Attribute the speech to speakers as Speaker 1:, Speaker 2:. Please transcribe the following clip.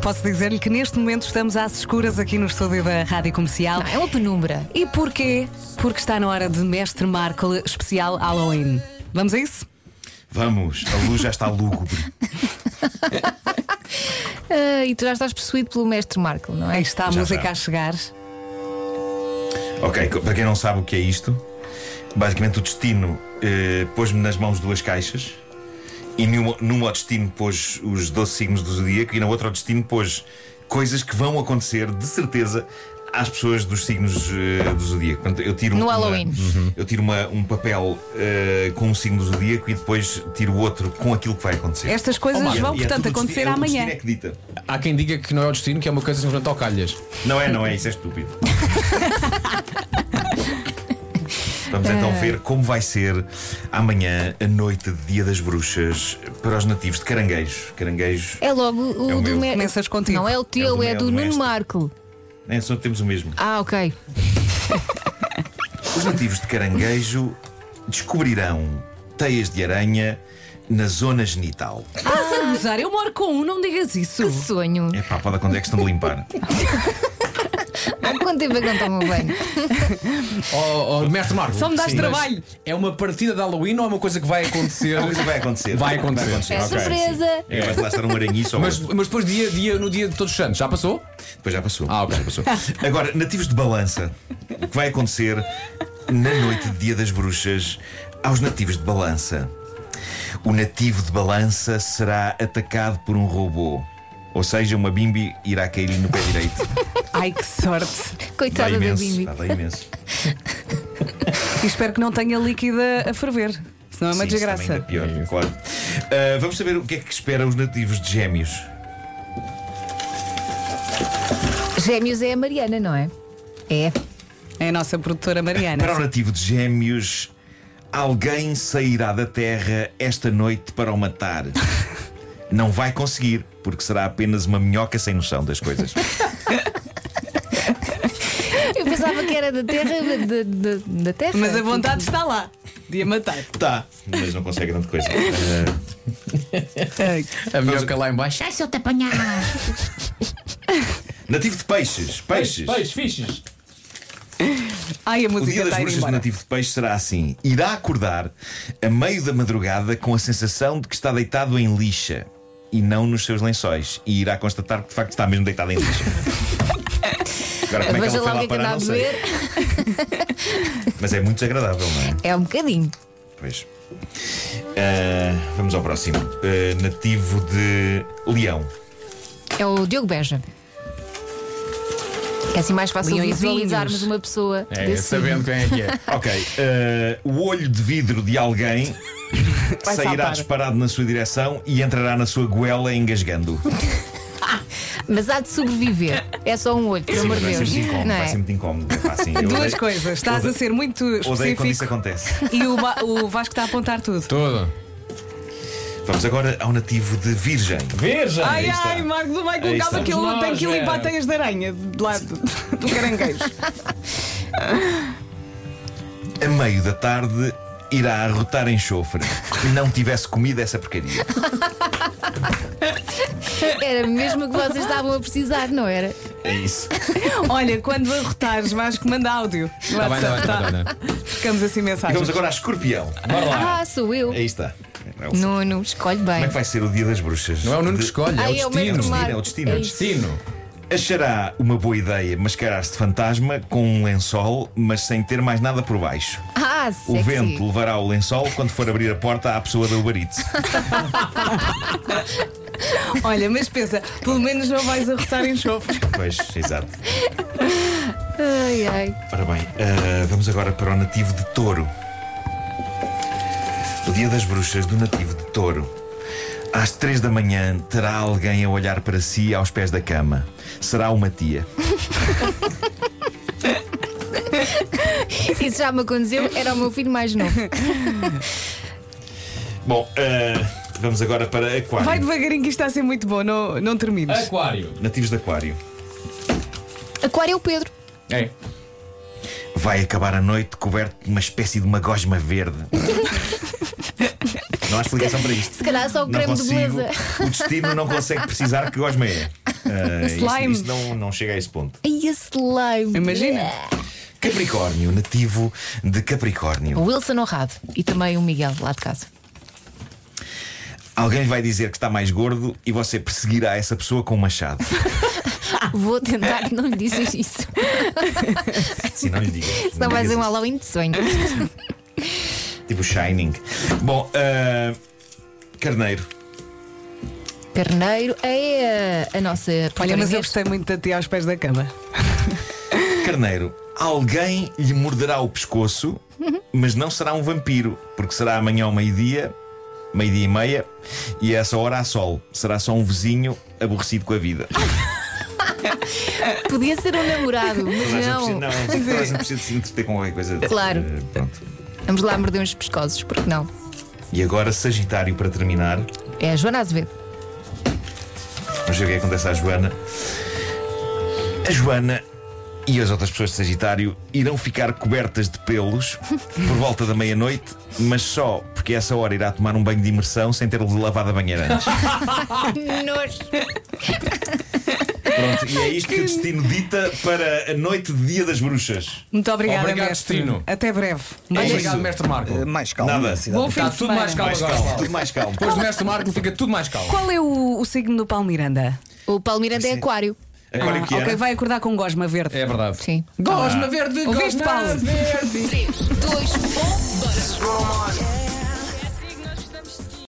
Speaker 1: Posso dizer-lhe que neste momento estamos às escuras aqui no estúdio da Rádio Comercial.
Speaker 2: Não, é uma penumbra.
Speaker 1: E porquê? Porque está na hora de Mestre Marco especial Halloween. Vamos a isso?
Speaker 3: Vamos, a luz já está lúgubre.
Speaker 2: Ah, e tu já estás possuído pelo mestre Marco, não é?
Speaker 1: Aí está a
Speaker 3: Já
Speaker 1: música
Speaker 3: está.
Speaker 1: a chegar.
Speaker 3: ok, co- para quem não sabe o que é isto, basicamente o destino eh, pôs-me nas mãos duas caixas e numa, numa ao destino pôs os 12 signos do zodíaco e na outra ao destino pôs coisas que vão acontecer de certeza às pessoas dos signos eh, do zodíaco. Portanto, eu tiro
Speaker 2: No
Speaker 3: uma-
Speaker 2: Halloween. Uhum.
Speaker 3: Eu tiro uma- um papel eh, com um signo do zodíaco e depois tiro o outro com aquilo que vai acontecer.
Speaker 1: Estas coisas
Speaker 3: E é-
Speaker 1: vão,
Speaker 3: e é
Speaker 1: portanto,
Speaker 3: tudo o
Speaker 1: acontecer
Speaker 3: destino- é o que o
Speaker 1: amanhã.
Speaker 3: destino é que dita.
Speaker 4: Há quem diga que não é o destino, que é uma coisa simplesmente ao calhas.
Speaker 3: Não é, não é, isso é estúpido. Vamos
Speaker 2: Ah.
Speaker 3: então ver como vai ser amanhã a noite de Dia das Bruxas para os nativos de Caranguejo. Caranguejo,
Speaker 2: É logo o
Speaker 3: É o
Speaker 2: do
Speaker 3: meu.
Speaker 2: me-
Speaker 1: Começas contigo.
Speaker 2: Não é o teu,
Speaker 3: É o do
Speaker 2: é
Speaker 3: meu,
Speaker 2: do
Speaker 3: do
Speaker 2: Nuno
Speaker 3: mestre.
Speaker 2: Marco.
Speaker 3: é, só temos o mesmo.
Speaker 2: Ah, ok.
Speaker 3: Os nativos de Caranguejo descobrirão teias de aranha na zona genital.
Speaker 1: Estás a gozar? Ah, Eu moro com um, não digas isso.
Speaker 2: Que sonho.
Speaker 3: É pá, pode acontecer que estão de limpar.
Speaker 2: Há quanto tempo é que não tomo banho?
Speaker 4: Oh, oh, mestre Marco.
Speaker 1: Só me dás
Speaker 4: mas
Speaker 1: trabalho.
Speaker 4: É uma partida de Halloween ou é uma coisa que vai acontecer?
Speaker 3: Uma coisa Então, vai acontecer.
Speaker 4: Vai acontecer.
Speaker 2: É
Speaker 3: ok.
Speaker 2: surpresa.
Speaker 3: É, vai lá estar um aranhiço ou
Speaker 4: mas,
Speaker 3: outro.
Speaker 4: mas depois dia, dia, no dia de Todos os Santos, já passou?
Speaker 3: Depois já passou.
Speaker 4: Ah, ok.
Speaker 3: Já passou. Agora, nativos de balança, o que vai acontecer na noite de Dia das Bruxas aos nativos de balança? O nativo de balança será atacado por um robô. Ou seja, uma bimbi irá cair-lhe no pé direito.
Speaker 1: Ai, que sorte.
Speaker 3: Dá
Speaker 2: Coitada da
Speaker 3: imenso.
Speaker 2: Bimbi.
Speaker 3: Pá, dá imenso.
Speaker 1: E espero que não tenha líquida a ferver. Senão é uma
Speaker 3: Sim, isso também
Speaker 1: desgraça.
Speaker 3: ainda é pior, claro. Ah, vamos saber o que é que esperam os nativos de gêmeos.
Speaker 2: Gêmeos é a Mariana, não é? É.
Speaker 1: É a nossa produtora Mariana.
Speaker 3: Para o nativo de Gêmeos, alguém sairá da Terra esta noite para o matar. Não vai conseguir, porque será apenas uma minhoca sem noção das coisas.
Speaker 2: Eu pensava que era da terra, da, da- da terra.
Speaker 1: Mas a vontade está lá. De a matar.
Speaker 3: Tá, mas não consegue grande coisa. Eh,
Speaker 1: Ai,
Speaker 4: A minhoca lá em baixo.
Speaker 2: Ai, se eu te apanhar.
Speaker 3: nativo de peixes, peixes.
Speaker 4: fiches.
Speaker 1: Ai, a
Speaker 3: O dia
Speaker 1: música
Speaker 3: das
Speaker 1: está a ir
Speaker 3: bruxas do
Speaker 1: embora.
Speaker 3: nativo de peixe será assim: irá acordar a meio da madrugada com a sensação de que está deitado em lixa e não nos seus lençóis, e irá constatar que de facto está mesmo deitado em lixa. Agora, como é que
Speaker 2: Veja
Speaker 3: ela foi
Speaker 2: lá o que
Speaker 3: lá
Speaker 2: é que anda
Speaker 3: parar,
Speaker 2: a
Speaker 3: não sei.
Speaker 2: beber.
Speaker 3: Mas é muito desagradável, não é?
Speaker 2: É um bocadinho.
Speaker 3: Pois. Ah, vamos ao próximo. Ah, nativo de Leão.
Speaker 2: É o Diogo Beja. É assim mais fácil
Speaker 1: Leõezinhos.
Speaker 2: visualizarmos uma pessoa
Speaker 4: É,
Speaker 2: desse
Speaker 4: sabendo quem é que é.
Speaker 3: Ok. ah, o olho de vidro de alguém
Speaker 1: Vai
Speaker 3: sairá
Speaker 1: saltar.
Speaker 3: disparado na sua direção e entrará na sua goela engasgando.
Speaker 2: Mas há de sobreviver. É só um olho, pelo
Speaker 3: Sim,
Speaker 2: amor
Speaker 3: mas
Speaker 2: de
Speaker 3: vai ser
Speaker 2: Deus.
Speaker 3: muito incómodo.
Speaker 2: Não
Speaker 3: Vai ser
Speaker 2: é?
Speaker 3: muito incómodo. É pá, assim, eu
Speaker 1: Duas
Speaker 3: odeio-
Speaker 1: coisas. Estás a
Speaker 3: odeio-
Speaker 1: ser muito
Speaker 3: Odeio quando isso
Speaker 1: específico.
Speaker 3: acontece.
Speaker 1: E o, Ba- o Vasco está a apontar tudo.
Speaker 4: Tudo.
Speaker 3: Vamos agora ao nativo de Virgem.
Speaker 4: Virgem!
Speaker 1: Ai,
Speaker 3: está.
Speaker 1: ai, Marco, não vai com
Speaker 3: Aí
Speaker 1: calma
Speaker 3: está.
Speaker 1: que eu tenho que
Speaker 4: Nojo,
Speaker 1: limpar
Speaker 4: é.
Speaker 1: teias de aranha de lá do, do caranguejo.
Speaker 3: A meio da tarde irá arrotar enxofre. Não tivesse comido essa porcaria. um
Speaker 2: Era mesmo o que vocês estavam a precisar, não era?
Speaker 3: É isso.
Speaker 1: Olha, quando arrotares, Vasco, manda áudio.
Speaker 4: Tá bem, tá bem,
Speaker 1: WhatsApp,
Speaker 4: tá
Speaker 1: tá?
Speaker 4: bem, tá bem.
Speaker 1: Ficamos assim
Speaker 3: E
Speaker 1: mensagens.
Speaker 3: vamos agora a Escorpião.
Speaker 4: Bora lá.
Speaker 2: Ah, sou eu.
Speaker 3: Aí está. É o-
Speaker 2: Nuno, escolhe
Speaker 3: Como é
Speaker 2: bem.
Speaker 3: que vai ser o dia das bruxas?
Speaker 4: Não é o Nuno que
Speaker 3: De-
Speaker 4: escolhe, é
Speaker 2: Ai, é
Speaker 4: o
Speaker 2: o mestre
Speaker 4: destino.
Speaker 2: Marco.
Speaker 3: É o destino, é o
Speaker 2: isso.
Speaker 4: Destino.
Speaker 3: Achará uma boa ideia mascarar-se de fantasma com um lençol, mas sem ter mais nada por baixo.
Speaker 2: Ah,
Speaker 3: O
Speaker 2: sexy.
Speaker 3: vento levará o lençol quando for abrir a porta à pessoa da Uber Eats.
Speaker 1: Olha, mas pensa, pelo menos não vais arrotar enxofre.
Speaker 3: Pois, exato.
Speaker 2: Ai, ai.
Speaker 3: Ora bem, ah, vamos agora para o nativo de touro. O dia das bruxas do nativo de touro. Às três da manhã terá alguém a olhar para si aos pés da cama. Será uma tia.
Speaker 2: Isso já me aconteceu, era o meu filho mais novo.
Speaker 3: Bom, ah, vamos agora para Aquário.
Speaker 1: Vai devagarinho que isto está a ser muito bom, não, não termines.
Speaker 4: Aquário.
Speaker 3: Nativos de Aquário.
Speaker 2: Aquário é o Pedro.
Speaker 4: É.
Speaker 3: Vai acabar a noite coberto de uma espécie de uma gosma verde. Não há explicação para isto.
Speaker 2: Se calhar só o
Speaker 3: Não
Speaker 2: creme de
Speaker 3: consigo.
Speaker 2: beleza.
Speaker 3: O destino não consegue precisar que gosma é. Ah, isso-
Speaker 1: Slime.
Speaker 3: isso não, não chega a esse ponto.
Speaker 2: Ai, esse slime.
Speaker 1: Imagina.
Speaker 3: Capricórnio, nativo de Capricórnio.
Speaker 2: O Wilson Honrado e também o Miguel lá de casa.
Speaker 3: Alguém lhe vai dizer que está mais gordo e você perseguirá essa pessoa com um machado. Ah.
Speaker 2: Vou tentar não lhe dizer isso.
Speaker 3: Se não lhe diga.
Speaker 2: Senão vai ser um Halloween de sonho.
Speaker 3: Tipo Shining. Bom, ah, Carneiro.
Speaker 2: Carneiro é a, a nossa.
Speaker 1: Olha, mas eu
Speaker 2: protagonista.
Speaker 1: gostei muito de ti aos pés da cama.
Speaker 3: Carneiro, alguém lhe morderá o pescoço, mas não será um vampiro, porque será amanhã ao meio-dia, meio-dia e meia, e a essa hora há sol. Será só um vizinho aborrecido com a vida.
Speaker 2: Ah, Podia ser um namorado,
Speaker 3: Toda a
Speaker 2: mas
Speaker 3: gente precisa-
Speaker 2: não.
Speaker 3: não, toda a gente precisa de se entreter com qualquer coisa.
Speaker 2: Claro.
Speaker 3: Eh, pronto.
Speaker 2: Vamos lá morder uns pescoços, porque não?
Speaker 3: E agora, Sagitário, para terminar,
Speaker 2: É a Joana Azevedo.
Speaker 3: vamos ver o que é que acontece à Joana. A Joana e as outras pessoas de Sagitário irão ficar cobertas de pelos por volta da meia-noite, mas só porque a essa hora irá tomar um banho de imersão sem ter lavado a banheira antes.
Speaker 2: Nojo.
Speaker 3: Pronto, e é isto que o destino dita para a noite de Dia das Bruxas.
Speaker 1: Muito obrigada,
Speaker 4: Obrigado,
Speaker 1: mestre.
Speaker 4: Destino.
Speaker 1: Até breve.
Speaker 4: Obrigado,
Speaker 1: Beijinho.
Speaker 4: mestre Marco.
Speaker 5: Eh, mais calmo.
Speaker 3: Nada.
Speaker 5: na cidade.
Speaker 1: Bom fim de
Speaker 4: Está tudo
Speaker 1: semana.
Speaker 4: mais calmo
Speaker 3: Mais
Speaker 4: agora.
Speaker 3: calmo,
Speaker 4: Paulo.
Speaker 3: tudo mais calmo.
Speaker 4: Depois do mestre Marco fica tudo mais calmo.
Speaker 1: Qual é o, o signo do Paulo Miranda?
Speaker 2: O Paulo Miranda é aquário.
Speaker 3: Agora o que
Speaker 1: Ah, ok,
Speaker 3: era?
Speaker 1: vai acordar com gosma verde.
Speaker 4: É verdade.
Speaker 2: Sim.
Speaker 4: Gosma verde,
Speaker 1: Ouviste,
Speaker 4: gosma
Speaker 1: Paulo?
Speaker 4: verde.